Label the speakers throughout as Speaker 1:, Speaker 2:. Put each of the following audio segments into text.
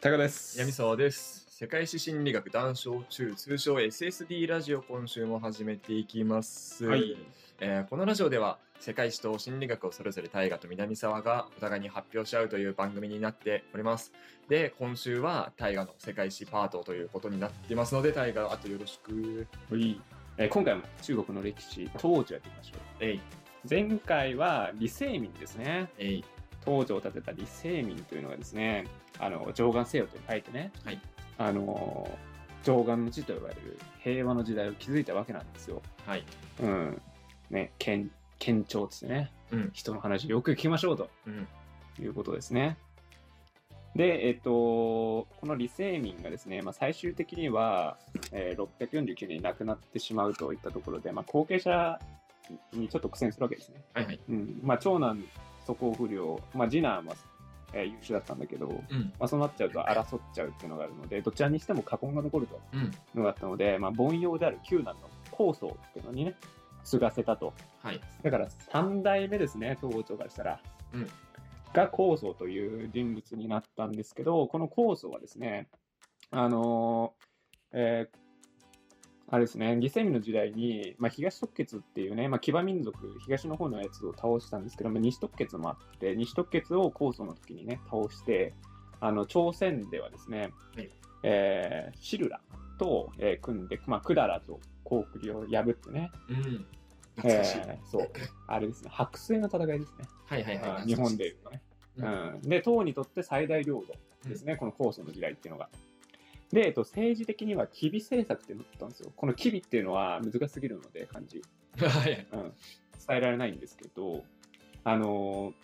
Speaker 1: 高です。
Speaker 2: 闇沢です。世界史心理学談笑中、通称 SSD ラジオ、今週も始めていきます。
Speaker 1: はい。
Speaker 2: えーこのラジオでは、世界史と心理学をそれぞれ大河と南沢がお互いに発表し合うという番組になっております。で、今週は大河の世界史パートということになってますので、大河、あとよろしく。
Speaker 1: はいえー今回も中国の歴史、東寺やっていきましょう。
Speaker 2: えい、
Speaker 1: 前回は李世民ですね。
Speaker 2: えい、
Speaker 1: 東寺を建てた李世民というのがですね、あの、上岸西洋と書いてね、
Speaker 2: はい
Speaker 1: あのー、上岸の地と呼ばれる平和の時代を築いたわけなんですよ。
Speaker 2: はい、
Speaker 1: うん。ね、県、県庁つってね、
Speaker 2: うん
Speaker 1: 人の話よく聞きましょうと。
Speaker 2: うん、
Speaker 1: ということですね。で、えっと、この李世民がですね、まあ、最終的には、えー649年に亡くなってしまうといったところで、まあ、後継者にちょっと苦戦するわけですね。
Speaker 2: はい、はい、
Speaker 1: うんまあ、長男、素行不良、まあ、次男は、えー優秀だったんだけど、ま
Speaker 2: うん、
Speaker 1: あ、そうなっちゃうと争っちゃうっていうのがあるので、どちらにしても禍根が残ると
Speaker 2: うん、
Speaker 1: いうのがあったので、まあ、凡庸である九男の高僧っていうのにね、継がせたと。
Speaker 2: はい、
Speaker 1: だから3代目ですね、東郷長からしたら。
Speaker 2: うん
Speaker 1: が高僧という人物になったんですけど、この高僧はですね、あのーえーあれですね、李世民の時代に、まあ、東特決っていうね、まあ、騎馬民族、東の方のやつを倒したんですけど、まあ、西特決もあって、西特決を高僧の時にね、倒して、あの朝鮮ではですね、
Speaker 2: はい
Speaker 1: えーシルラと、えー組んで、まあ、百済と高句麗を破ってね、
Speaker 2: うん。懐かしい。
Speaker 1: えーそう。あれですね、白水の戦いですね。
Speaker 2: はい、はい、はい。
Speaker 1: 日本で言うとね。
Speaker 2: 懐かしい。
Speaker 1: うんで、唐にとって最大領土ですね、この高祖の時代っていうのが。で、えっと、政治的には、吉備政策っていうのだったんですよ。この吉備っていうのは難しすぎるので、漢字。
Speaker 2: うん。 はい、
Speaker 1: うん、伝えられないんですけど、あのー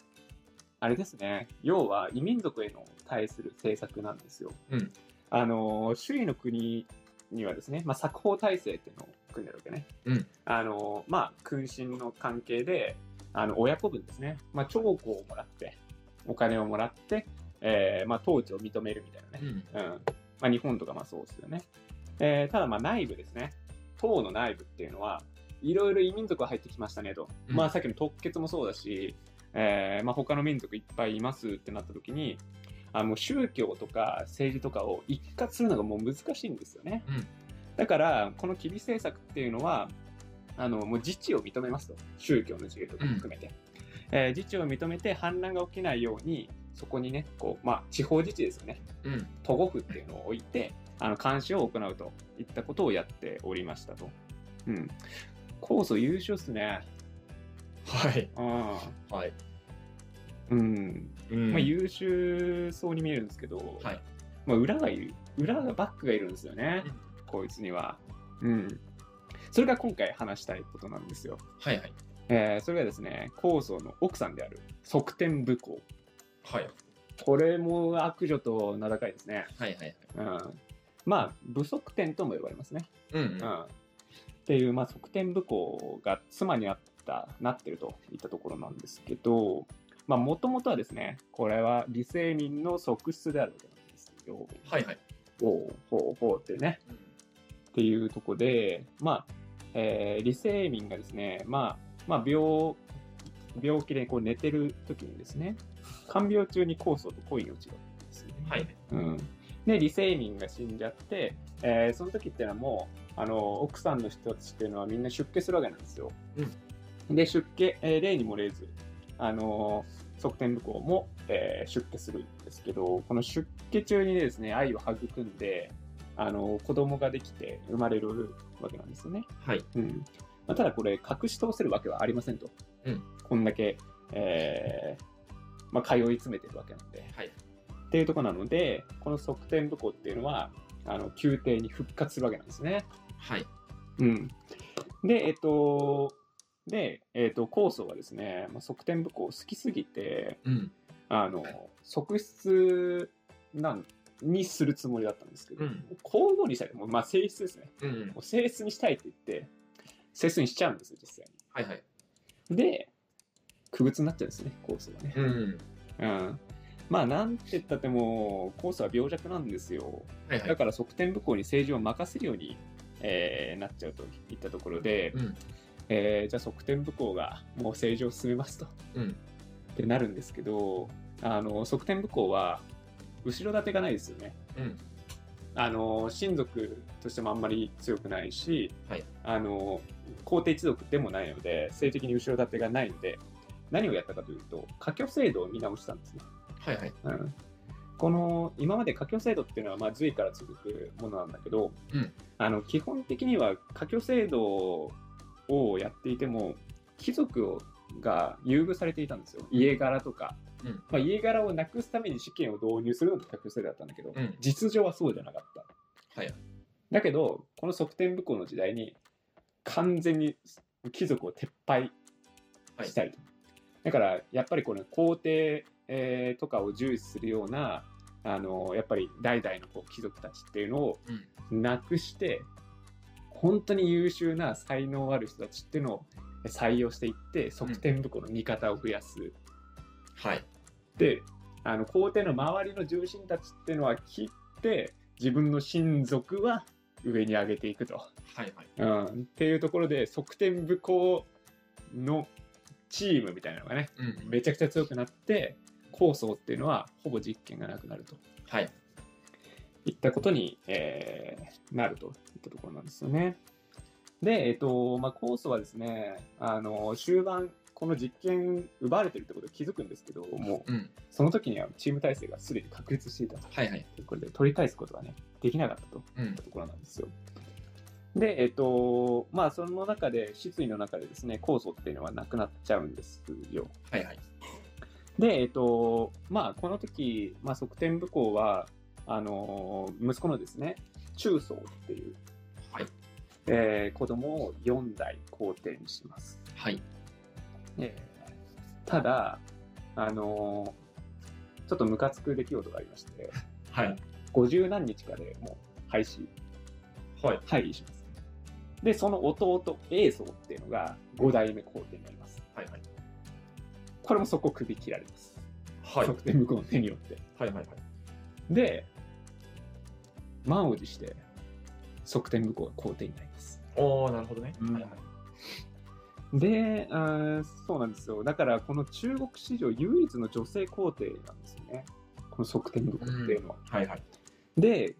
Speaker 1: あれですね、要は異民族への対する政策なんですよ。
Speaker 2: うん
Speaker 1: あのー周囲の国にはですね、まあ、作法体制っていうのを組んでるわけね。
Speaker 2: うん
Speaker 1: あのーまあ、君臣の関係で、あの親子分ですね、まあ、長子をもらって、お金をもらって、えーまあ、統治を認めるみたいなね。
Speaker 2: うん。
Speaker 1: うんまあ、日本とかまあそうですよね。えーただまあ内部ですね。党の内部っていうのは、いろいろ異民族が入ってきましたねと。
Speaker 2: うん
Speaker 1: まあさっきの特決もそうだし、えーまあ、他の民族いっぱいいますってなった時に、あもう宗教とか政治とかを一括するのがもう難しいんですよね。
Speaker 2: うん
Speaker 1: だから、この吉備政策っていうのは、あのもう自治を認めますと。宗教の自由とかも含めて。えー自治を認めて反乱が起きないように、そこにね、こう、まあ地方自治ですよね。
Speaker 2: うん。
Speaker 1: 都護府っていうのを置いてあの監視を行うといったことをやっておりましたと。うん。酵素優秀っすね。
Speaker 2: はい。
Speaker 1: う
Speaker 2: はい。
Speaker 1: ん。うん。
Speaker 2: うん
Speaker 1: まあ優秀そうに見えるんですけど、
Speaker 2: はい
Speaker 1: まあ裏がいる、裏がバックがいるんですよね。こいつには。うん。それが今回話したいことなんですよ。
Speaker 2: はいはい。
Speaker 1: えーそれがですね、酵素の奥さんである側天武功。
Speaker 2: はい。
Speaker 1: これも悪女と名高いですね。
Speaker 2: はいはい。
Speaker 1: うん。まあ、不足点とも呼ばれますね。
Speaker 2: うんう。
Speaker 1: うんんっていう、まあ、側転武功が妻にあったなってるといったところなんですけどもともとはですねこれは李世民の側室であるわけなんですけど
Speaker 2: はいはい。
Speaker 1: ほうほうほうってねっていうとこで、まあえー、李世民がですね、まあまあ、病病気でこう寝てる時にですね看病中に酵素と恋に落ちるわけですよね。
Speaker 2: はい。
Speaker 1: うん、で李世民が死んじゃって、えーその時っていうのはもうあの奥さんの人たちっていうのはみんな出家するわけなんですよ。で出家、えー例に漏れずあのー側天武功も、えー出家するんですけどこの出家中にですね愛を育んで、あのー子供ができて生まれるわけなんですよね。
Speaker 2: はい。
Speaker 1: うんまあ、ただこれ隠し通せるわけはありませんと、
Speaker 2: うん
Speaker 1: こんだけ、えーまあ、通い詰めてるわけなんで。
Speaker 2: はい。
Speaker 1: っていうところなのでこの側転武功っていうのはあの宮廷に復活するわけなんですね。
Speaker 2: はい。
Speaker 1: うん、でえっとで、えっと、高僧はですね、まあ、側転武功好きすぎて
Speaker 2: うん。
Speaker 1: あの側室なんにするつもりだったんですけど、
Speaker 2: うん
Speaker 1: 交互にしたいもう、まあ、性質ですね
Speaker 2: うん。
Speaker 1: もう性質にしたいって言って性質にしちゃうんですよ実際
Speaker 2: はいはい。
Speaker 1: に。で苦物になっちゃうんですね高僧はね。
Speaker 2: うん。
Speaker 1: うん、まあなんて言ったってもう高僧は病弱なんですよ。
Speaker 2: はいは
Speaker 1: だ
Speaker 2: い。
Speaker 1: から側転武功に政治を任せるように、えーなっちゃうといったところで、
Speaker 2: うん。
Speaker 1: えーじゃあ側転武功がもう政治を進めますと
Speaker 2: うん。
Speaker 1: ってなるんですけどあの側転武功は後ろ盾がないですよね。
Speaker 2: うん
Speaker 1: あの親族としてもあんまり強くないし、
Speaker 2: はい
Speaker 1: あの皇帝一族でもないので政治的に後ろ盾がないので何をやったかというと家居制度を見直したんですね。
Speaker 2: はいはい。
Speaker 1: うんこの今まで家居制度っていうのはまあ隋から続くものなんだけど、
Speaker 2: うん
Speaker 1: あの基本的には家居制度をやっていても貴族をが優遇されていたんですよ家柄とか、
Speaker 2: うん
Speaker 1: まあ、家柄をなくすために試験を導入するのが家居制度だったんだけど、
Speaker 2: うん
Speaker 1: 実情はそうじゃなかった
Speaker 2: はい。
Speaker 1: だけどこの側転武功の時代に完全に貴族を撤廃したい、だからやっぱりこの皇帝、えーとかを重視するようなあのやっぱり代々のこう貴族たちっていうのを
Speaker 2: うん。
Speaker 1: なくして本当に優秀な才能ある人たちっていうのを採用していって側転武功の味方を増やす、
Speaker 2: はい。
Speaker 1: であの皇帝の周りの重臣たちっていうのは切って自分の親族は上に上げていくと。
Speaker 2: はいはい。
Speaker 1: うん、っていうところで側転武功のチームみたいなのがね
Speaker 2: うん。
Speaker 1: めちゃくちゃ強くなって構想っていうのはほぼ実験がなくなると
Speaker 2: はい。
Speaker 1: いったことに、えーなるといったところなんですよね。で、えっとまあ、構想はですねあの終盤この実験奪われてるってことに気づくんですけどもう
Speaker 2: うん。
Speaker 1: その時にはチーム体制がすでに確立していたと
Speaker 2: はいはい。
Speaker 1: いうことで取り返すことがねできなかったと。
Speaker 2: うん
Speaker 1: と。ころなんですよ。で、えっと、まあ、その中で、失意の中でですね、酵素っていうのはなくなっちゃうんですよ。
Speaker 2: はいはい。
Speaker 1: で、えっと、まあ、この時、まあ、側転武功は、あの、息子のですね、中宗っていう、
Speaker 2: はい
Speaker 1: えー子供を4代皇帝にします。
Speaker 2: はい。
Speaker 1: えーただ、あの、ちょっとムカつく出来事がありまして、
Speaker 2: はい。
Speaker 1: 50何日かでもう廃止
Speaker 2: はい。
Speaker 1: 配理します。で、その弟、英宗っていうのが5代目皇帝になります。
Speaker 2: はいはい。
Speaker 1: これもそこ首切られます。
Speaker 2: はい。
Speaker 1: 側転向こうの手によって。
Speaker 2: はいはいはい。
Speaker 1: で、満を持して、側転向こうが皇帝になります。
Speaker 2: おおなるほどね。
Speaker 1: うん
Speaker 2: はいはい。
Speaker 1: で、あーそうなんですよ。だから、この中国史上唯一の女性皇帝なんですよね。この側転向こうっていうのは。
Speaker 2: はいはい。
Speaker 1: で、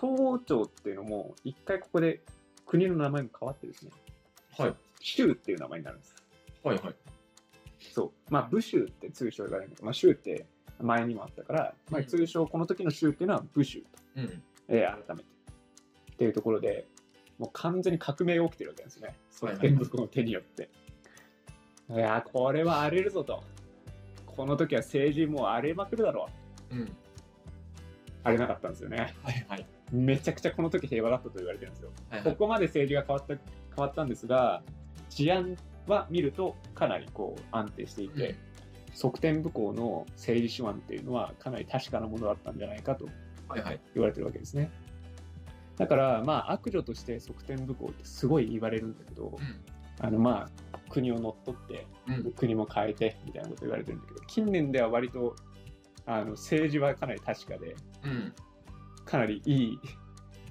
Speaker 1: 東王朝っていうのも、一回ここで国の名前も変わってですね、
Speaker 2: はい。
Speaker 1: 州っていう名前になるんです。
Speaker 2: はいはい。
Speaker 1: そう。まあ、武州って通称言われるんだけど、まあ、州って前にもあったから、まあ、
Speaker 2: うん
Speaker 1: 通称この時の州っていうのは武州と、
Speaker 2: うん。
Speaker 1: えー改めて。っていうところで、もう完全に革命が起きてるわけですね。
Speaker 2: はいはい
Speaker 1: 天国の手によって。いやー、これは荒れるぞと。この時は政治もう荒れまくるだろう。
Speaker 2: うん。
Speaker 1: 荒れなかったんですよね。
Speaker 2: はいはい。
Speaker 1: めちゃくちゃこの時平和だったと言われてるんですよ。
Speaker 2: はいは
Speaker 1: こ
Speaker 2: い。
Speaker 1: こまで政治が変わった変わったんですが、治安は見るとかなりこう安定していて、側転武功の政治手腕っていうのはかなり確かなものだったんじゃないかと
Speaker 2: はいはい。
Speaker 1: 言われてるわけですね。だから、まあ、悪女として側転武功ってすごい言われるんだけど、あの、まあ、国を乗っ取って、
Speaker 2: うん。うん。
Speaker 1: 国も変えてみたいなこと言われてるんだけど、近年では割と、あの、政治はかなり確かで、
Speaker 2: うん。
Speaker 1: かなりいい、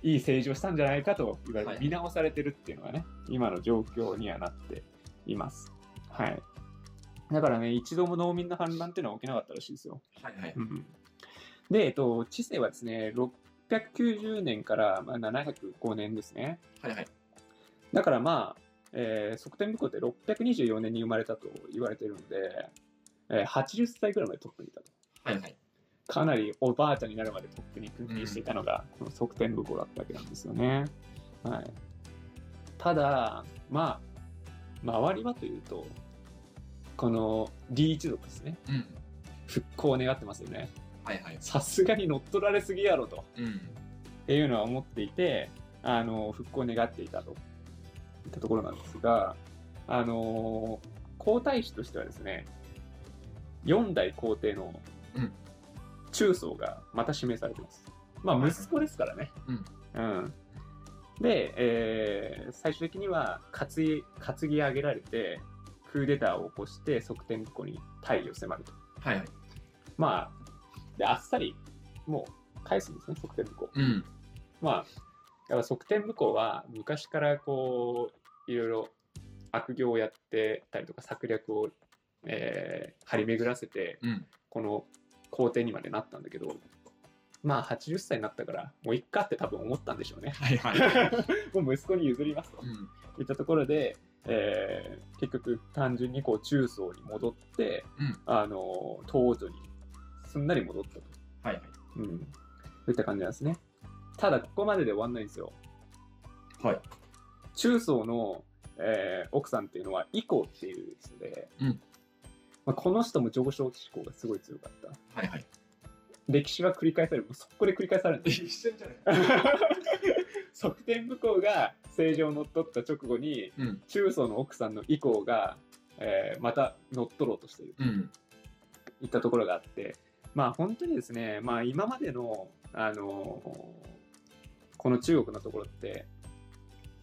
Speaker 1: いい政治をしたんじゃないかと言われて、
Speaker 2: はい
Speaker 1: 見直されてるっていうのがね、今の状況にはなっています。はい。だからね、一度も農民の反乱っていうのは起きなかったらしいですよ。
Speaker 2: はいはい。
Speaker 1: で、えっと、知性はですね、690年からまあ705年ですね。
Speaker 2: はいはい。
Speaker 1: だからまあ、えー、側転武功って624年に生まれたと言われてるので、えー80歳ぐらいまでトップにいたと。
Speaker 2: はいはい。
Speaker 1: かなりおばあちゃんになるまでトップに君臨していたのが、この側転武功だったわけなんですよね。はい、ただ、まあ、周りはというと、この李一族ですね、
Speaker 2: うん。
Speaker 1: 復興を願ってますよね。
Speaker 2: はいはい。
Speaker 1: さすがに乗っ取られすぎやろと。
Speaker 2: うん。
Speaker 1: っていうのは思っていてあの復興を願っていたといったところなんですがあの皇太子としてはですね4代皇帝の
Speaker 2: うん
Speaker 1: 中層がまた指名されてます、まあ息子ですからねうん、で、えー最終的には担ぎ担ぎ上げられてクーデターを起こして側転武功に対応迫ると
Speaker 2: はいはい。
Speaker 1: まあであっさりもう返すんですね側転武功
Speaker 2: うん。
Speaker 1: まあ、やっぱ側転武功は昔からこういろいろ悪行をやってたりとか策略を、えー張り巡らせて
Speaker 2: うん。
Speaker 1: この皇帝にまでなったんだけど、まあ80歳になったから、もういっかって多分思ったんでしょうね。
Speaker 2: はいはい。
Speaker 1: もう息子に譲りますと。
Speaker 2: う
Speaker 1: い
Speaker 2: ん
Speaker 1: ったところで、えー結局単純にこう中層に戻って、
Speaker 2: うん
Speaker 1: あの東女にすんなり戻ったと、
Speaker 2: はいはい。
Speaker 1: うん、そういった感じなんですねただここまでで終わんないんですよ
Speaker 2: はい。
Speaker 1: 中層の、えー奥さんっていうのはイコっていう人で、
Speaker 2: うん
Speaker 1: まあ、この人も上昇志向がすごい強かった
Speaker 2: はいはい。
Speaker 1: 歴史は繰り返されるもうそこで繰り返されるんです
Speaker 2: 一緒じゃない
Speaker 1: 側転武功が政治を乗っ取った直後に
Speaker 2: うん。
Speaker 1: 中層の奥さんの意向が、えーまた乗っ取ろうとしている
Speaker 2: うん。
Speaker 1: いったところがあってまあ本当にですね、まあ、今までの、あのーこの中国のところって、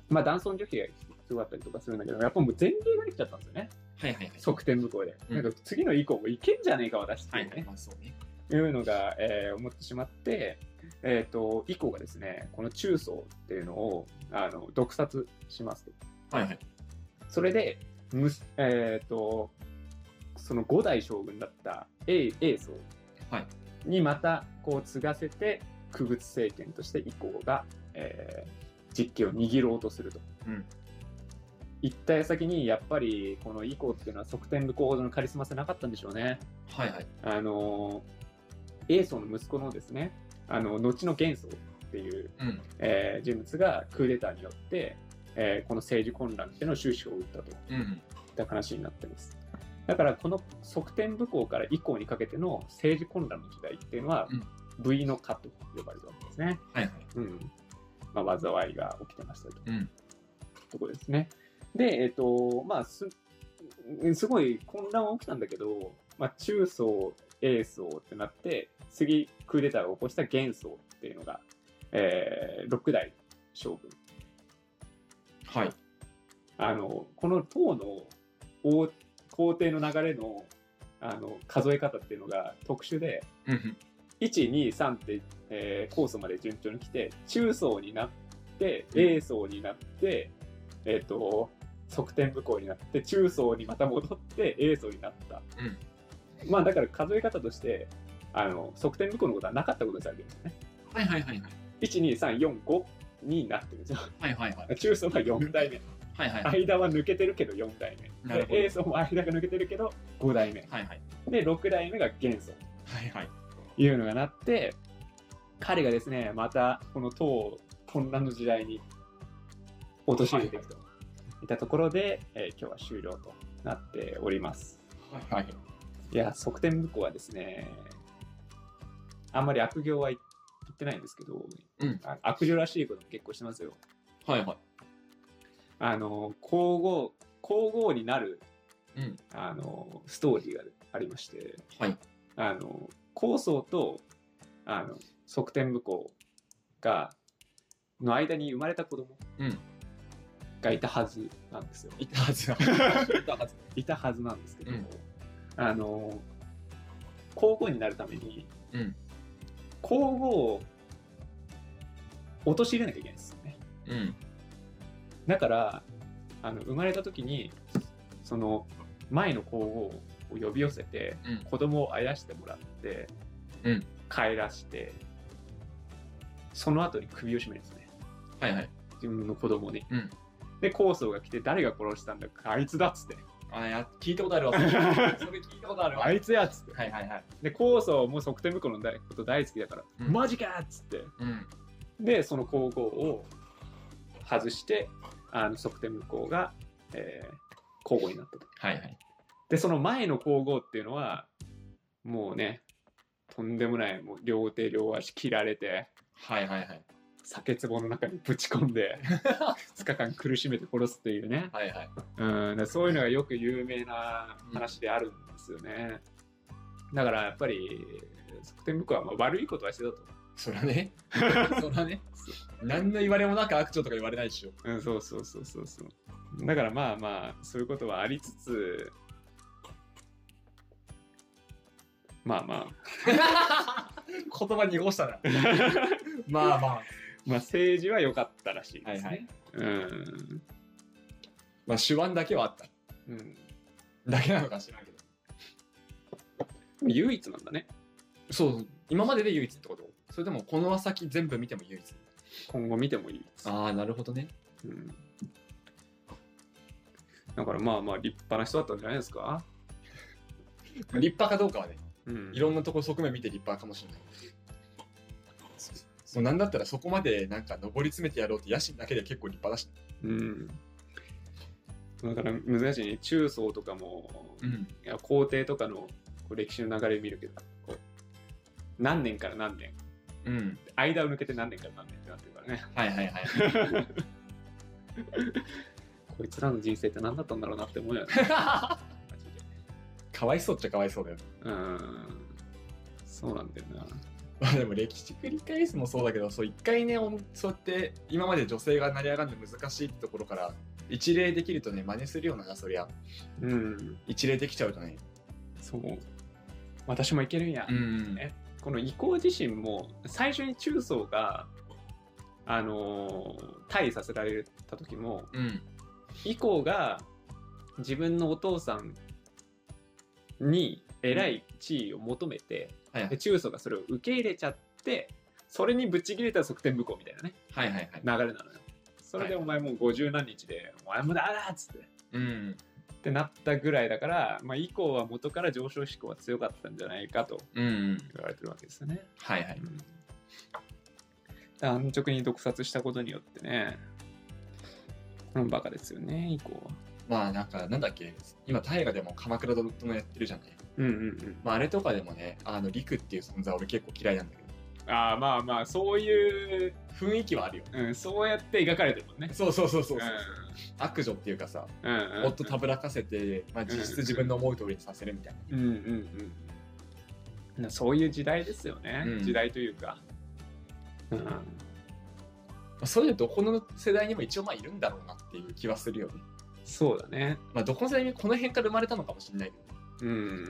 Speaker 1: まあ、男尊女卑が強かったりとかするんだけどやっぱもう前例ができちゃったんですよね
Speaker 2: はいはいはい。
Speaker 1: 側転向こうで、
Speaker 2: う
Speaker 1: な
Speaker 2: ん
Speaker 1: んか次の意向もいけんじゃねえか私って
Speaker 2: はいいうは
Speaker 1: ね、
Speaker 2: い。
Speaker 1: い
Speaker 2: まあそうね。
Speaker 1: うのが、えー思ってしまって。えー、と以降がですねこの中層っていうのをあの毒殺しますと
Speaker 2: はいはい。
Speaker 1: それで、むしえっ、と、その五代将軍だった英英宗
Speaker 2: はい
Speaker 1: にまたこう継がせて、区物政権として以降が、えー実権を握ろうとすると。
Speaker 2: うん
Speaker 1: 一体先にやっぱりこの以降っていうのは側転武功ほどのカリスマ性なかったんでしょうね。
Speaker 2: はいはい。
Speaker 1: あのー、英宗の息子のですね、あの後の元宗っていう
Speaker 2: うん。
Speaker 1: えー人物がクーデターによって、えーこの政治混乱っていうのを終止符を打ったといっ
Speaker 2: うん。
Speaker 1: た話になってます。だからこの側転武功から以降にかけての政治混乱の時代っていうのは、
Speaker 2: うん
Speaker 1: V の化と呼ばれるわけですね。
Speaker 2: はいはい。
Speaker 1: うん。まあ、災いが起きてましたと。
Speaker 2: うん。
Speaker 1: ところですね。で、えっ、と、まあす、すごい混乱は起きたんだけど、まあ、中層、英層ってなって、次、クーデターを起こした元層っていうのが、えー、6代将軍。
Speaker 2: はい。
Speaker 1: あの、この唐の王皇帝の流れのあの数え方っていうのが特殊で、
Speaker 2: うん。
Speaker 1: 123って、えー、酵素まで順調に来て中層になって
Speaker 2: うん
Speaker 1: A 層になって、えっ、と側転武功になって中層にまた戻って A 層になった、まあだから数え方としてあの側転武功のことはなかったことにされてるんですね
Speaker 2: はいはいはいはい。
Speaker 1: 12345になってるんですよ
Speaker 2: はいはいはい。
Speaker 1: 中層は4代目
Speaker 2: はいはいはい。
Speaker 1: 間は抜けてるけど4代目
Speaker 2: なる
Speaker 1: で
Speaker 2: ほど
Speaker 1: A 層も間が抜けてるけど5代目
Speaker 2: はいはい。
Speaker 1: で6代目が元層
Speaker 2: はいはい。
Speaker 1: いうのがなって彼がですねまたこの唐を混乱の時代に陥れていくといったところで、えー今日は終了となっております
Speaker 2: はいはい。
Speaker 1: いや側転武功はですねあんまり悪行は言ってないんですけど、
Speaker 2: うん
Speaker 1: あ悪行らしいことも結構してますよ
Speaker 2: はいは
Speaker 1: あの皇后皇后になる
Speaker 2: い。うん。
Speaker 1: あのストーリーがありまして
Speaker 2: はい。
Speaker 1: あの高層とあの側転武功がの間に生まれた子供
Speaker 2: うん
Speaker 1: がいたはずなんですよ、
Speaker 2: いたはずだ。いたはず。
Speaker 1: いたはずなんですけど、
Speaker 2: うん
Speaker 1: あの皇后になるために
Speaker 2: うん。
Speaker 1: 皇后を陥れなきゃいけないんですよね
Speaker 2: うん。
Speaker 1: だからあの生まれた時にその前の皇后を呼び寄せて
Speaker 2: うん。
Speaker 1: 子供をあやしてもらって、
Speaker 2: うん
Speaker 1: 帰らしてその後に首を絞めるんですね
Speaker 2: はいはい。
Speaker 1: 自分の子供に、
Speaker 2: うん
Speaker 1: で高僧が来て誰が殺したんだあいつだっつって
Speaker 2: あ、や、聞いた ことあるわ。それそれ聞いたことあるわ。
Speaker 1: あいつやっつって
Speaker 2: はいはいはい。
Speaker 1: で高僧も側転向こうの大こと大好きだから、
Speaker 2: うん
Speaker 1: マジかっつって
Speaker 2: うん。
Speaker 1: でその皇后を外してあの側転向こうが、えー皇后になったと
Speaker 2: はいはい。
Speaker 1: でその前の皇后っていうのはもうねとんでもないもう両手両足切られて
Speaker 2: はいはいはい。
Speaker 1: 酒壺の中にぶち込んで2日間苦しめて殺すっていうね
Speaker 2: はいはい。
Speaker 1: うんでそういうのがよく有名な話であるんですよねだからやっぱり側転向こうはまあ悪いことはしてたと、
Speaker 2: そらね。 そらね。何の言われもなく悪女とか言われないで しょ。
Speaker 1: うん、そうそうそうそうそうだからまあまあそういうことはありつつまあまあ
Speaker 2: 言葉濁した な。まあまあ。
Speaker 1: まあ政治は良かったらしいですね、
Speaker 2: はい
Speaker 1: うん、
Speaker 2: まあ手腕だけはあった。
Speaker 1: うん、
Speaker 2: だけなのか知らんけど。
Speaker 1: 唯一なんだね
Speaker 2: そう、今までで唯一ってことそれともこの先全部見ても唯一
Speaker 1: 今後見てもいいです。
Speaker 2: ああ、なるほどね。
Speaker 1: うんだからまあまあ立派な人だったんじゃないですか。
Speaker 2: 立派かどうかはね、
Speaker 1: うん
Speaker 2: いろんなとこ側面見て立派かもしれない。もうなんだったらそこまでなんか上り詰めてやろうって野心だけで結構立派だし。
Speaker 1: うん。だから難しいね。中層とかも、
Speaker 2: ん。
Speaker 1: いや皇帝とかのこう歴史の流れ見るけど、こう何年から何年、
Speaker 2: うん。
Speaker 1: 間を抜けて何年から何年ってなってるからね。
Speaker 2: はいはいはい。
Speaker 1: こいつらの人生って何だったんだろうなって思うよね。マジで
Speaker 2: かわいそうっちゃかわいそうだよ。
Speaker 1: うん。そうなんだよな。
Speaker 2: まあでも歴史繰り返すもそうだけど、そう一回ね、おんそうやって今まで女性が成り上がるの難しいってところから、一例できるとね、真似するようなな、そりゃ。
Speaker 1: うん。
Speaker 2: 一例できちゃうとね。
Speaker 1: そう。私もいけるんや。
Speaker 2: ん
Speaker 1: えこの移行自身も最初に中層が、あのー退位させられた時も
Speaker 2: うん。
Speaker 1: 以降が自分のお父さんに偉い地位を求めて、
Speaker 2: はいは
Speaker 1: で
Speaker 2: い
Speaker 1: 中層がそれを受け入れちゃってそれにぶち切れたら側転武功みたいなね
Speaker 2: はいはいはい。
Speaker 1: 流れなのよそれでお前もう50何日で「お前もだな」っつって
Speaker 2: うん。
Speaker 1: ってなったぐらいだから、まあ、以降は元から上昇志向は強かったんじゃないかと
Speaker 2: うん。
Speaker 1: 言われてるわけですよね
Speaker 2: はいはい。
Speaker 1: 安直に毒殺したことによってね、このバカですよね、以降は。
Speaker 2: まあなんか、なんだっけ、今大河でも鎌倉殿やってるじゃない。
Speaker 1: うんうん
Speaker 2: まああれとかでもね、あの、陸っていう存在俺結構嫌いなんだけど。
Speaker 1: うん。ああ、まあまあ、そういう、
Speaker 2: 雰囲気はあるよ。
Speaker 1: うん、そうやって描かれてるもんね。
Speaker 2: そうそうそうそうそう。
Speaker 1: う
Speaker 2: 悪女っていうかさ、
Speaker 1: んうんうん
Speaker 2: もっとたぶらかせて、まあ実質自分の思う通りにさせるみたい
Speaker 1: う
Speaker 2: な。
Speaker 1: んうんうんな。そういう時代ですよね、
Speaker 2: うん
Speaker 1: 時代というか。うん。
Speaker 2: まあ、それでどこの世代にも一応まあいるんだろうなっていう気はするよね。
Speaker 1: そうだね。
Speaker 2: まあ、どこの世代にこの辺から生まれたのかもしれないけど、
Speaker 1: うん。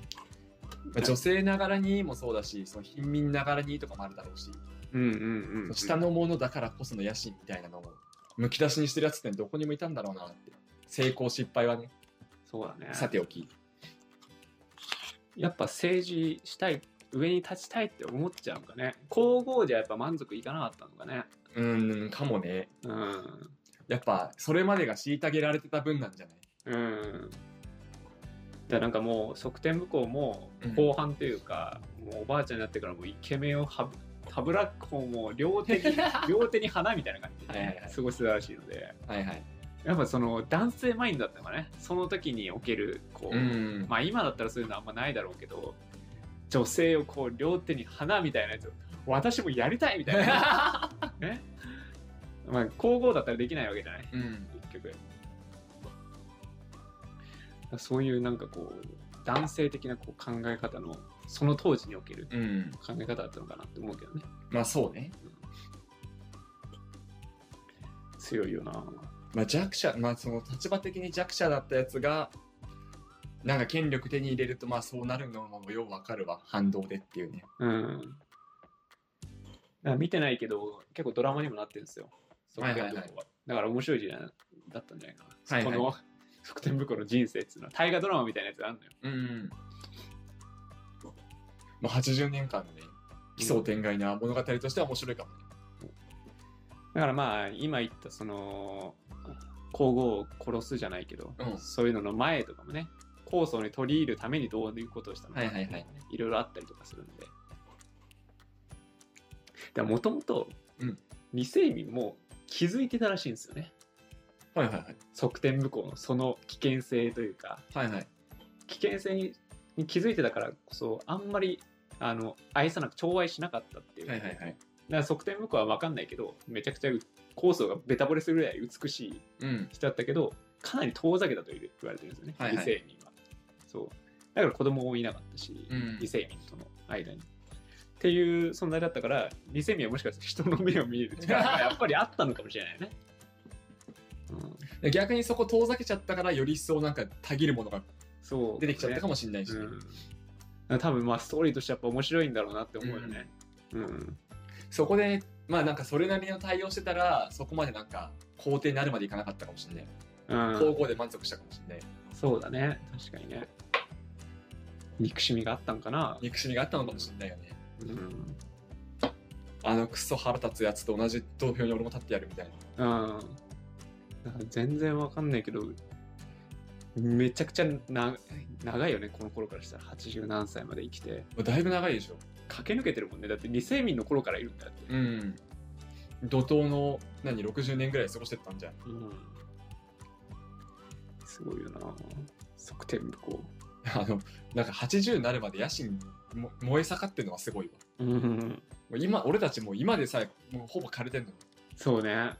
Speaker 2: まあ、女性ながらにもそうだし、その貧民ながらにとかもあるだろうし、
Speaker 1: うんうんうん、うん。
Speaker 2: 下のものだからこその野心みたいなのをむき出しにしてるやつってどこにもいたんだろうなって。成功失敗はね、
Speaker 1: そうだね。
Speaker 2: さておき。
Speaker 1: やっぱ政治したい上に立ちたいって思っちゃうんかね皇后じゃやっぱ満足いかなかったのかね
Speaker 2: うーん、かもね。
Speaker 1: うん
Speaker 2: やっぱ、それまでが虐げられてた分なんじゃない
Speaker 1: うんだからなんかもう側転向こうも
Speaker 2: うん
Speaker 1: 後半というか、もうおばあちゃんになってからもうイケメンをはぶたぶらっこもう両手 に両手に花みたいな感じで、
Speaker 2: はいはいは
Speaker 1: ね
Speaker 2: い、
Speaker 1: 過ごしてたらしいので
Speaker 2: はいはい。
Speaker 1: やっぱその男性マインドだったのかねその時におけるこう、
Speaker 2: うん。
Speaker 1: まあ今だったらそういうのはあんまないだろうけど女性をこう両手に花みたいなやつを私もやりたいみたいなねまあ皇后だったらできないわけじゃない
Speaker 2: うん。
Speaker 1: 結局そういうなんかこう男性的なこう考え方のその当時における
Speaker 2: うん。
Speaker 1: 考え方だったのかなって思うけどね
Speaker 2: まあそうね。
Speaker 1: 強いよな
Speaker 2: まあ、弱者、まあ、その立場的に弱者だったやつがなんか権力手に入れるとまあそうなるのもようわかるわ反動でっていうね
Speaker 1: うんだから見てないけど結構ドラマにもなってるんですよ
Speaker 2: はいはいはい
Speaker 1: 側転部校だから面白い時代だったんじゃないかな
Speaker 2: はいはい
Speaker 1: この側転袋の人生っていうのは大河ドラマみたいなやつがあるのよ
Speaker 2: うん、まあ、80年間のね奇想天外な物語としては面白いかもね
Speaker 1: だからまあ今言ったその皇后を殺すじゃないけど、
Speaker 2: うん
Speaker 1: そういうのの前とかもね構想に取り入るためにどういうことをしたのか、
Speaker 2: はいはいはい
Speaker 1: いろいろあったりとかするんででもともと
Speaker 2: うん
Speaker 1: 李世民も気づいてたらしいんですよね
Speaker 2: はいはいはい
Speaker 1: 側転武功のその危険性というか
Speaker 2: はいはい
Speaker 1: 危険性にに気づいてたからこそあんまりあの愛さなく寵愛しなかったっていう、
Speaker 2: はいはいはい
Speaker 1: だから側転向こうは分かんないけどめちゃくちゃ構想がベタ惚れするぐらい美しい
Speaker 2: うん
Speaker 1: 人だったけどかなり遠ざけたと言われてるんですよね、
Speaker 2: はいはい
Speaker 1: 理性民はそうだから子供もいなかったし、
Speaker 2: うん
Speaker 1: 理性民との間にっていう存在だったから理性民はもしかしたら人の目を見る力がやっぱりあったのかもしれないよね、うん、
Speaker 2: で逆にそこ遠ざけちゃったからより一層なんかたぎるものが
Speaker 1: そう
Speaker 2: 出てきちゃったか
Speaker 1: も
Speaker 2: もしれないし、ね
Speaker 1: うん、多分まあストーリーとしてやっぱ面白いんだろうなって思うよねうん、
Speaker 2: そこでまあなんかそれなりの対応してたらそこまでなんか皇帝になるまでいかなかったかもしれない
Speaker 1: うん
Speaker 2: 皇后で満足したかもしれない
Speaker 1: そうだね確かにね憎しみがあったんかな、
Speaker 2: 憎しみがあったのかもしれないよね。
Speaker 1: うん
Speaker 2: あのクソ腹立つやつと同じ投票に俺も立ってやるみたいな。
Speaker 1: うん、だから全然わかんないけどめちゃくちゃな長いよねこの頃からしたら80何歳まで生きて
Speaker 2: もうだいぶ長いでしょ。
Speaker 1: 駆け抜けてるもんねだって未成民の頃からいるんだって、
Speaker 2: うん。怒涛の何60年ぐらい過ごしてったんじゃん。
Speaker 1: うん、すごいよな側転無効
Speaker 2: あのなんか80になるまで野心も燃え盛ってるのはすごいわ。
Speaker 1: うん
Speaker 2: もう今俺たちもう今でさえもうほぼ枯れてんのに。
Speaker 1: そうねだか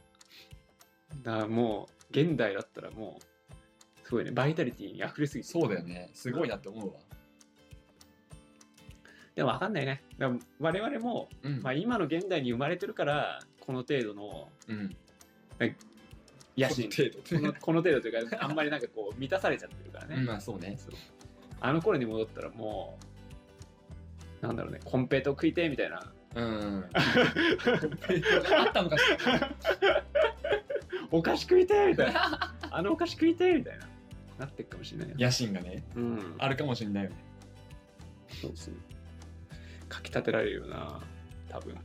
Speaker 1: らもう現代だったらもうすごいねバイタリティに溢れすぎてる
Speaker 2: そうだよね。すごいなって思うわ。
Speaker 1: でもわかんないねだから我々も、
Speaker 2: うん。
Speaker 1: まあ、今の現代に生まれてるからこの程度の
Speaker 2: うん。
Speaker 1: 野心
Speaker 2: この
Speaker 1: こ
Speaker 2: 程
Speaker 1: の
Speaker 2: 度。
Speaker 1: この程度というかあんまりなんかこう満たされちゃってるからね、
Speaker 2: うんまあそうね。
Speaker 1: そうあの頃に戻ったらもうなんだろうねコンペイト食いてえみたいな
Speaker 2: うん。 あったのかし
Speaker 1: お菓子食いてえみたいな
Speaker 2: ら。
Speaker 1: あのお菓子食いてえみたいななってくかもしれないよ、
Speaker 2: 野心がね、
Speaker 1: うん、
Speaker 2: あるかもしれないよね。
Speaker 1: そうそうかき立てられるよな多分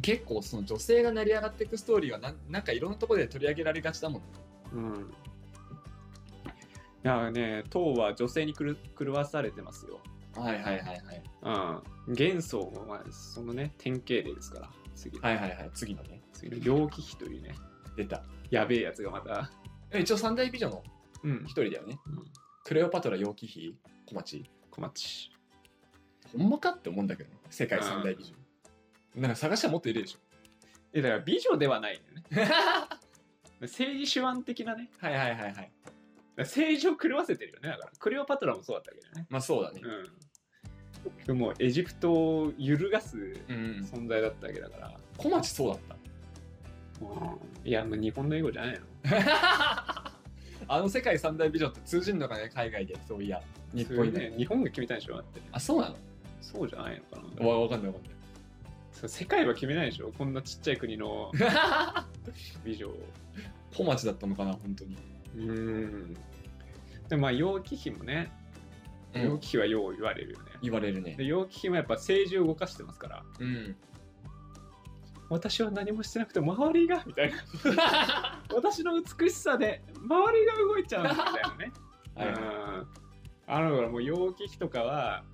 Speaker 2: 結構その女性が成り上がっていくストーリーはなんなんかいろんなところで取り上げられがちだもんね。
Speaker 1: うんいやね唐は女性に狂狂わされてますよ
Speaker 2: はいはいはいはい。
Speaker 1: うん元素も、まあ、そのね典型例ですから次,、
Speaker 2: はいはいはい。次のね。
Speaker 1: 次の楊貴妃というね
Speaker 2: 出た。
Speaker 1: やべえやつがまた
Speaker 2: 一応三大美女の
Speaker 1: うん
Speaker 2: 一人だよね。
Speaker 1: うん
Speaker 2: クレオパトラ、楊貴妃、小町。
Speaker 1: 小町
Speaker 2: ほんまかって思うんだけどね、世界三大美女。なんか探したらもっといるでしょ。
Speaker 1: えだから美女ではないよね 政治手腕的なね
Speaker 2: はいはいはいはい。
Speaker 1: 政治を狂わせてるよねだからクレオパトラもそうだったわけだよね
Speaker 2: まあそうだね。
Speaker 1: うんもうエジプトを揺るがす
Speaker 2: うん、うん。
Speaker 1: 存在だったわけだから、
Speaker 2: 小町そうだった。
Speaker 1: いやもう日本の英語じゃないの
Speaker 2: あの世界三大美女って通じんのかね、海外で。そういや、日本に
Speaker 1: ね
Speaker 2: ね。
Speaker 1: 日本が決めたんでしょだって
Speaker 2: あ、そうな
Speaker 1: そうじゃないのかな
Speaker 2: のわわかんないわかんない。
Speaker 1: そう世界は決めないでしょこんなちっちゃい国 の美女を
Speaker 2: 小町だったのかな、本当に。
Speaker 1: うんでもまあ楊貴妃もね楊貴妃はよう言われるよね、
Speaker 2: 言われるね。
Speaker 1: で楊貴妃もやっぱ政治を動かしてますから
Speaker 2: うん。
Speaker 1: 私は何もしてなくて周りがみたいな私の美しさで周りが動いちゃうんだみたいなね
Speaker 2: はいはい、
Speaker 1: うんあのからもう楊貴妃とかは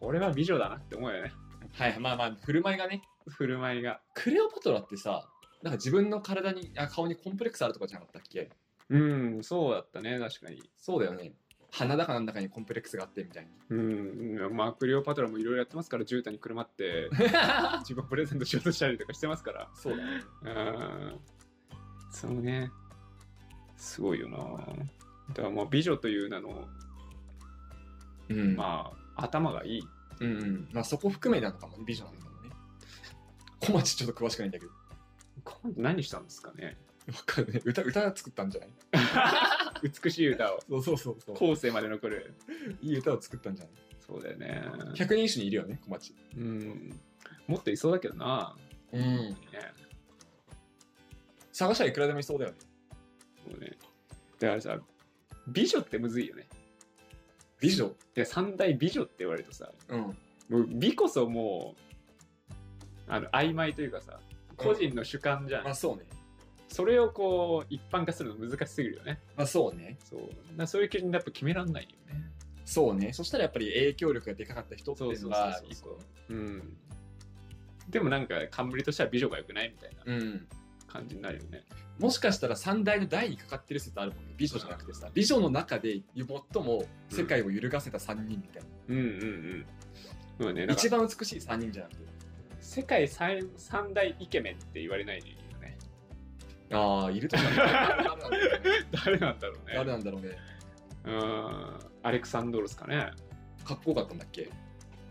Speaker 1: これは美女だなって思うよね
Speaker 2: はい、まあまあ、振る舞いがね。
Speaker 1: 振る舞いが
Speaker 2: クレオパトラってさ、なんか自分の体に、あ顔にコンプレックスあるとかじゃなかったっけ
Speaker 1: うんそうだったね確かに
Speaker 2: そうだよね。鼻だかなんだかにコンプレックスがあってみたい
Speaker 1: うんまあクレオパトラもいろいろやってますから絨毯にくるま って
Speaker 2: な。
Speaker 1: 自分をプレゼントしようとしたりとかしてますから
Speaker 2: そうだね。
Speaker 1: うんそうねすごいよなだからまあ美女という名の
Speaker 2: うん。まあ、
Speaker 1: まあ頭がいい
Speaker 2: うんうん。まあそこ含めなのかもね、美女なのかもね。小町ちょっと詳しくないんだけど。
Speaker 1: 今度何したんですかね
Speaker 2: わかるね。歌、歌作ったんじゃない
Speaker 1: 美しい歌を
Speaker 2: そうそうそうそう。
Speaker 1: 後世まで残る
Speaker 2: いい歌を作ったんじゃな
Speaker 1: そうだよね
Speaker 2: い ?100 人一首にいるよね、小町。
Speaker 1: うんもっといそうだけどな、
Speaker 2: うん。
Speaker 1: ね、
Speaker 2: 探したらいくらでもいそうだよね。
Speaker 1: そうねだからさ美女ってむずいよね
Speaker 2: 美女
Speaker 1: で三大美女って言われるとさ
Speaker 2: うん。
Speaker 1: もう美こそもうあの曖昧というかさ個人の主観じゃん、
Speaker 2: まあそうね。
Speaker 1: それをこう一般化するの難しすぎるよね
Speaker 2: まあそうね。
Speaker 1: そうだからそういう基準でやっぱ決めらんないよね
Speaker 2: そうね。そしたらやっぱり影響力がでかかった人って
Speaker 1: そう
Speaker 2: いう
Speaker 1: そ
Speaker 2: の
Speaker 1: うそう
Speaker 2: が
Speaker 1: そう
Speaker 2: 一個。
Speaker 1: うんでもなんか冠としては美女が良くないみたいな
Speaker 2: うん。
Speaker 1: 感じになるよね
Speaker 2: もしかしたら三大の台にかかってる説あるもんね。美女じゃなくてさ、美女の中で最も世界を揺るがせた三人みたいな。
Speaker 1: うんうんうんそうねなんか
Speaker 2: 一番美しい三人じゃなくて。
Speaker 1: 世界三三大イケメンって言われないでいいよね
Speaker 2: ああ、いると思う。
Speaker 1: 誰なんだろうね
Speaker 2: 誰なんだろうね。
Speaker 1: うんアレクサンドロスかね
Speaker 2: かっこよかったんだっけ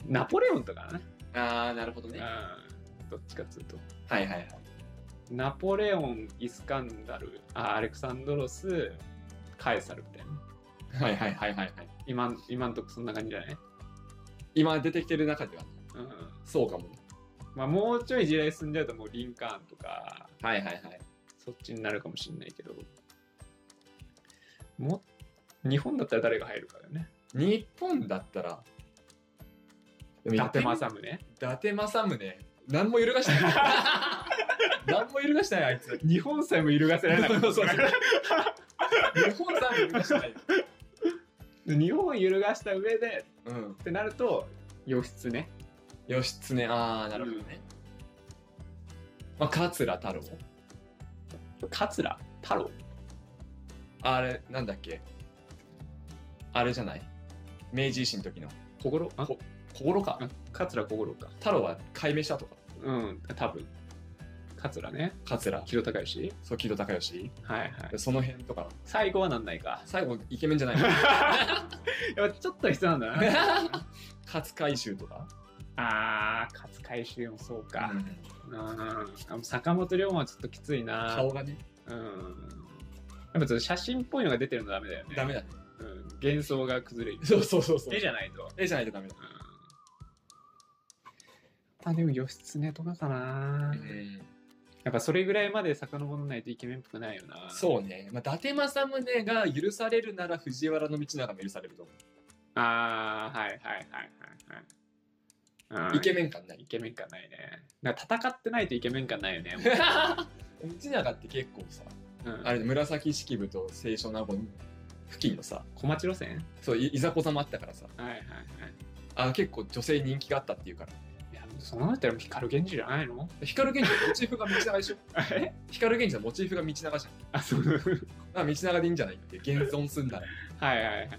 Speaker 1: ナポレオンとかね
Speaker 2: ああ、なるほど
Speaker 1: う。んどっちかっつうと
Speaker 2: はいはいはい。
Speaker 1: ナポレオン、イスカンダル、あアレクサンドロス、カエサルみたいな。
Speaker 2: はいはいはいはいはい。
Speaker 1: 今ん今んとこそんな感じじゃない、
Speaker 2: 今出てきてる中では、
Speaker 1: うん
Speaker 2: そうかも。
Speaker 1: まあ、もうちょい時代進んじゃうともうリンカーンとか
Speaker 2: はいはいはい。
Speaker 1: そっちになるかもしれないけども日本だったら誰が入るかよね
Speaker 2: 日本だったら、
Speaker 1: 伊
Speaker 2: 伊
Speaker 1: 達政宗
Speaker 2: 伊達政宗、何も揺るがしてない。何も揺るがしてない、あいつ。
Speaker 1: 日本さえも揺るがせられなかった
Speaker 2: そうそうそう日本さんも揺るがしてない。
Speaker 1: 日本を揺るがした上で
Speaker 2: うん。
Speaker 1: ってなると義経
Speaker 2: 義経、ああ、なるほどね。まあ、桂太郎。
Speaker 1: 桂太郎
Speaker 2: あれ、なんだっけあれじゃない明治維新の時の。
Speaker 1: 小五郎あ
Speaker 2: こ小五郎か。
Speaker 1: あ桂小五郎か
Speaker 2: 太郎は解明したとか。
Speaker 1: うん多分桂ね
Speaker 2: 桂、
Speaker 1: 清隆義
Speaker 2: そう、木戸孝允。
Speaker 1: はいはい
Speaker 2: その辺とか。
Speaker 1: 最後はなんないか
Speaker 2: 最後、イケメンじゃ ない
Speaker 1: やっぱちょっと必要なんだな
Speaker 2: 勝海舟とか。
Speaker 1: あー勝海舟もそうか、うん、坂本龍馬はちょっときついな
Speaker 2: 顔がね、
Speaker 1: うんやっぱちょっと写真っぽいのが出てるのダメだよね
Speaker 2: ダメだね。
Speaker 1: うん、幻想が崩 れる
Speaker 2: そうそうそうそう
Speaker 1: 絵。じゃないと
Speaker 2: 絵じゃないとダメだ。
Speaker 1: うん、あでも義経とかかな、やっぱそれぐらいまで遡らないとイケメンっぽくないよなう
Speaker 2: そうね。まあ、伊達政宗が許されるなら藤原道長も許されると思
Speaker 1: ああはいはいはいはいは
Speaker 2: う。
Speaker 1: い
Speaker 2: イケメン感な
Speaker 1: イ
Speaker 2: い。
Speaker 1: ケメン感ないねなんか戦ってないとイケメン感ない よね
Speaker 2: 道長って結構さ、
Speaker 1: もう、うん、
Speaker 2: あれで紫式部と清少納言付近のさ、
Speaker 1: 小町路線
Speaker 2: そういいざこざもあったからさ、
Speaker 1: はいはいはい
Speaker 2: あ結構女性人気があったっていうから。
Speaker 1: いやそのあたりも光源氏じゃないの
Speaker 2: 光源氏のモチーフが道長でしょ
Speaker 1: え
Speaker 2: 光源氏のモチーフが道長じゃん。
Speaker 1: あそうはい
Speaker 2: あ道長でいいんじゃないって現存すんなら。
Speaker 1: はいはい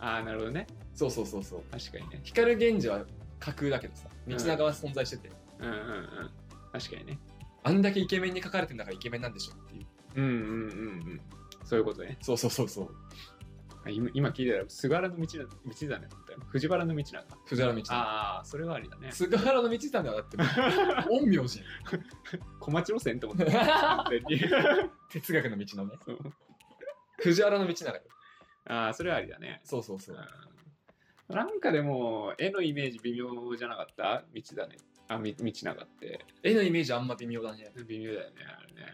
Speaker 1: ああなるほどね
Speaker 2: そうそうそうそう。
Speaker 1: 確かにね
Speaker 2: 光源氏は架空だけどさ、道長は存在してて、
Speaker 1: うんうんうん確かにね
Speaker 2: あんだけイケメンに書かれてんだからイケメンなんでしょっていう。
Speaker 1: うんうんうんうんそういうことね
Speaker 2: そうそうそうそう。
Speaker 1: あ今今聞いたら菅原の道だ道だねって藤原の道なんだ
Speaker 2: 藤原道長。
Speaker 1: ああそれはありだ ね
Speaker 2: 菅原道真はだ ってもう、陰陽師。
Speaker 1: 小町路線って思ってた完全 に
Speaker 2: 哲学の道のね。
Speaker 1: そう
Speaker 2: 藤原の道長よ。
Speaker 1: ああそれはありだね
Speaker 2: そうそうそう。
Speaker 1: うんなんかでも絵のイメージ微妙じゃなかった道だねあみ道長って
Speaker 2: 絵のイメージあんま微妙だね。
Speaker 1: 微妙だよねあれね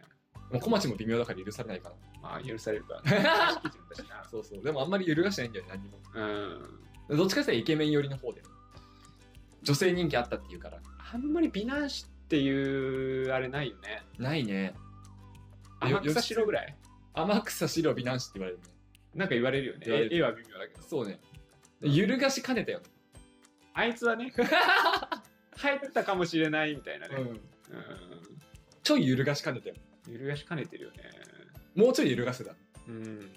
Speaker 2: もう小町も微妙だから許されないか
Speaker 1: まあ許される から、ね、
Speaker 2: ら。
Speaker 1: 基準だし
Speaker 2: そうそう。でもあんまり揺るがしてないんだよね、何も。
Speaker 1: なうん
Speaker 2: どっちかっていうとイケメン寄りの方で。女性人気あったっていうから。
Speaker 1: あんまり美男子っていうあれないよね
Speaker 2: ないね。
Speaker 1: 天草白ぐ
Speaker 2: らい。
Speaker 1: らい
Speaker 2: 天草白美男子って言われるね。
Speaker 1: なんか言われるよね
Speaker 2: 言われ
Speaker 1: 絵
Speaker 2: る
Speaker 1: 絵は微妙だけど
Speaker 2: そうね。揺るがしかねたよね。
Speaker 1: あいつは ね入ったかもしれないみたいなね、
Speaker 2: うん。
Speaker 1: う
Speaker 2: ちょい揺るがしかねたよ。
Speaker 1: ん、揺るがしかねてるよね。
Speaker 2: もうちょい揺るがせた。
Speaker 1: うん。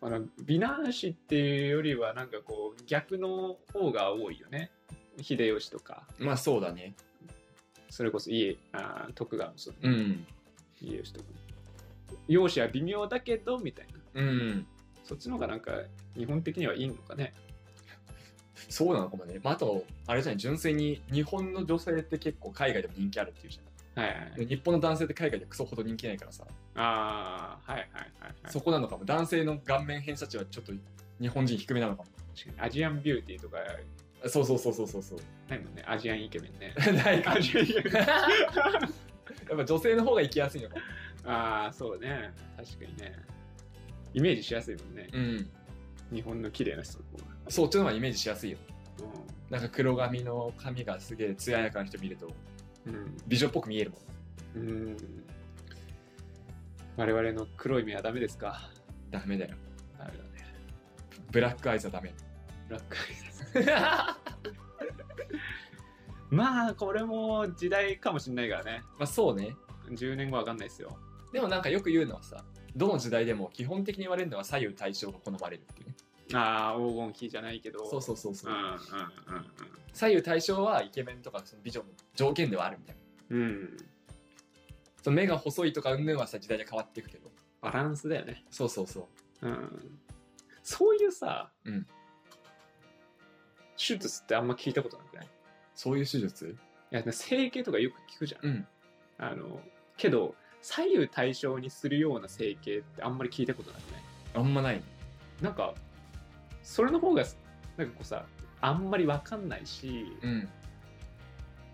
Speaker 1: あの美男子っていうよりはなんかこう逆の方が多いよね。秀吉とか
Speaker 2: まあそうだね。
Speaker 1: それこそ家あー徳川もそう、
Speaker 2: うん。
Speaker 1: 家吉とか。容姿は微妙だけどみたいな。
Speaker 2: うん。
Speaker 1: そっちの方がなんか日本的にはいいのかね。
Speaker 2: そうなのかもね。まあ、あと、あれじゃない、純粋に日本の女性って結構海外でも人気あるっていうじ
Speaker 1: はいはい
Speaker 2: ゃん。
Speaker 1: はい。
Speaker 2: で日本の男性って海外でクソほど人気ないからさ、
Speaker 1: ああはいはいはいはい。
Speaker 2: そこなのかも。男性の顔面偏差値はちょっと日本人低めなのかも。
Speaker 1: 確かにアジアンビューティーとか
Speaker 2: そうそうそうそうそうそう。
Speaker 1: ないもんね。アジアンイケメンね。
Speaker 2: ないか
Speaker 1: ア
Speaker 2: も。
Speaker 1: ジアンイケメン。
Speaker 2: やっぱ女性の方が行きやすいのかも。
Speaker 1: ああそうね確かにねイメージしやすいもんね
Speaker 2: うん。
Speaker 1: 日本の綺麗な人の方
Speaker 2: そっちの方がイメージしやすいよ。
Speaker 1: が
Speaker 2: なんか黒髪の髪がすげえ艶やかな人見ると
Speaker 1: うん
Speaker 2: 美女っぽく見えるもん。
Speaker 1: うん、うん、我々の黒い目はダメですか
Speaker 2: ダメだよ。
Speaker 1: ダメだね
Speaker 2: ブラックアイズはダ メ。
Speaker 1: ブラックアイですまあこれも時代かもしんないからね
Speaker 2: まあそうね。
Speaker 1: 10年後わかんないですよ
Speaker 2: でもなんかよく言うのはさ、どの時代でも基本的に言われるのは左右対称が好まれるっていうね。
Speaker 1: ああ黄金期じゃないけど
Speaker 2: そうそうそうそうう。
Speaker 1: んうん
Speaker 2: 左右対称はイケメンとかその美女の条件ではあるみたいな。
Speaker 1: うんうんうん
Speaker 2: その目が細いとかうんぬんはさ時代で変わっていくけど。
Speaker 1: バランスだよね
Speaker 2: そうそうそう。
Speaker 1: うんそういうさ、
Speaker 2: うん
Speaker 1: 手術ってあんま聞いたことなくない
Speaker 2: そういう手術
Speaker 1: いや整形とかよく聞くじゃん、
Speaker 2: うん。
Speaker 1: あのけど左右対称にするような整形ってあんまり聞いたことなくない
Speaker 2: あんまない。
Speaker 1: なんかそれの方がなんかこうさあんまりわかんないし
Speaker 2: うん。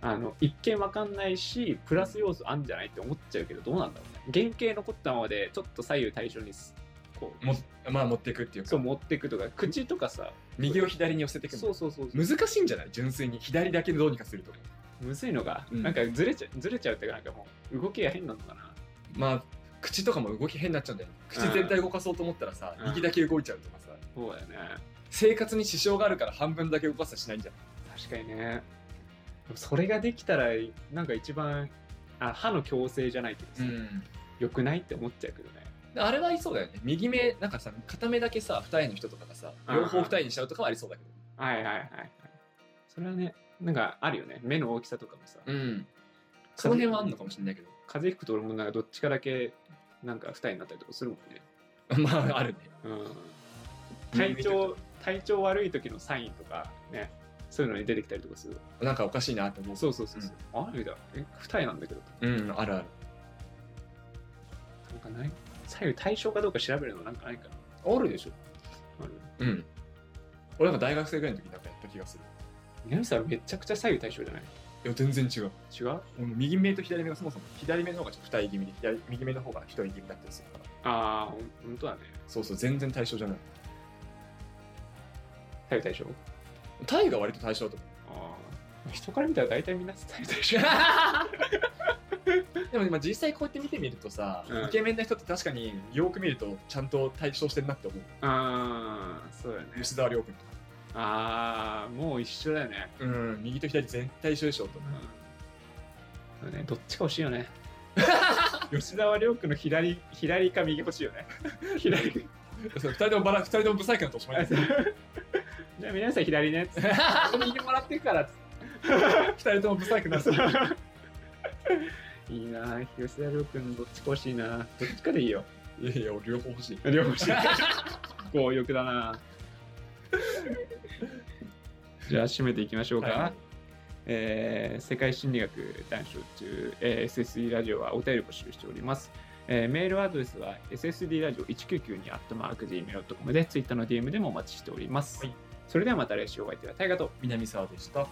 Speaker 1: あの一見わかんないしプラス要素あんじゃないって思っちゃうけどどうなんだろうね原型残ったままでちょっと左右対称にすこう
Speaker 2: もまあ持っていくっていうか
Speaker 1: そう持っていくとか口とかさ
Speaker 2: 右を左に寄せていく
Speaker 1: そ
Speaker 2: の
Speaker 1: うそうそうそう
Speaker 2: 難しいんじゃない純粋に左だけでどうにかすると
Speaker 1: むずいのが、
Speaker 2: うん
Speaker 1: なんかずれちゃずれちゃうっていうかなんかもう動きが変なのかな
Speaker 2: まあ口とかも動き変になっちゃうんだよ口全体動かそうと思ったらさ
Speaker 1: うん
Speaker 2: 右だけ動いちゃうとかさ
Speaker 1: そうだよね
Speaker 2: 生活に支障があるから半分だけ動かさしないんじゃない
Speaker 1: 確かにねでもそれができたらなんか一番あ歯の矯正じゃないけどさ、良くないって思っちゃうけどね
Speaker 2: あれはありそうだよね右目なんかさ片目だけさ二重の人とかがさ両方二重にしちゃうとかはありそうだけど
Speaker 1: はいはいはいはいそれはねなんかあるよね目の大きさとかもさ、
Speaker 2: うんその辺はあるのかもしれない けど
Speaker 1: 風邪ひくと俺もなんかどっちかだけなんか二重になったりとかするもんね、
Speaker 2: まああるね
Speaker 1: うん、体調体調悪い時のサインとかねそういうのに出てきたりとかする
Speaker 2: なんかおかしいなって思う
Speaker 1: そうそうそうそう、あるみたいなえ二重なんだけど
Speaker 2: うんあるある
Speaker 1: なんかない左右対称かどうか調べるのなんかないかな
Speaker 2: あるでしょ
Speaker 1: ある
Speaker 2: うん俺なんか大学生ぐらいの時なんかやった気がする
Speaker 1: 南さんめちゃくちゃ左右対称じゃない
Speaker 2: いや全然違う
Speaker 1: 違う
Speaker 2: 俺右目と左目がそもそも左目の方がちょっと二重気味で左右目の方が一重気味だったりするから
Speaker 1: ああ本当だね
Speaker 2: そうそう全然対象じゃない
Speaker 1: 左右対称
Speaker 2: タイが割と対象だと
Speaker 1: ああ人から見たら大体みんな左右対称
Speaker 2: 思うでも今実際こうやって見てみるとさ、
Speaker 1: うん
Speaker 2: イケメンな人って確かによく見るとちゃんと対象してるなって思う
Speaker 1: ああそうだね
Speaker 2: 吉沢亮君とか
Speaker 1: ああもう一緒だよね
Speaker 2: うん右と左全対象でしょと思
Speaker 1: うん、ねどっちか欲しいよね 吉沢亮君の左左か右欲しいよね 左か
Speaker 2: うそう二人ともバラ二人ともブサイクなとおしま いで
Speaker 1: じ
Speaker 2: す
Speaker 1: ゃあ皆さん左 ねっつってここ右もらってるからっつっ
Speaker 2: 二人ともブサイクな
Speaker 1: ていいなあ吉沢亮君どっちか欲しいなどっちかでいいよ
Speaker 2: いやいや俺両方欲しい
Speaker 1: 両方欲しい強欲だなじゃあ締めていきましょうか、
Speaker 2: はい
Speaker 1: えー世界心理学男子中、えー SSD ラジオはお便り募集しております。えーメールアドレスは SSD ラジオ199にアットマーク Gmail.com で、ツイッターの DM でもお待ちしております。
Speaker 2: はい
Speaker 1: それではまた来週お会いいたいタイガと
Speaker 2: 南沢でした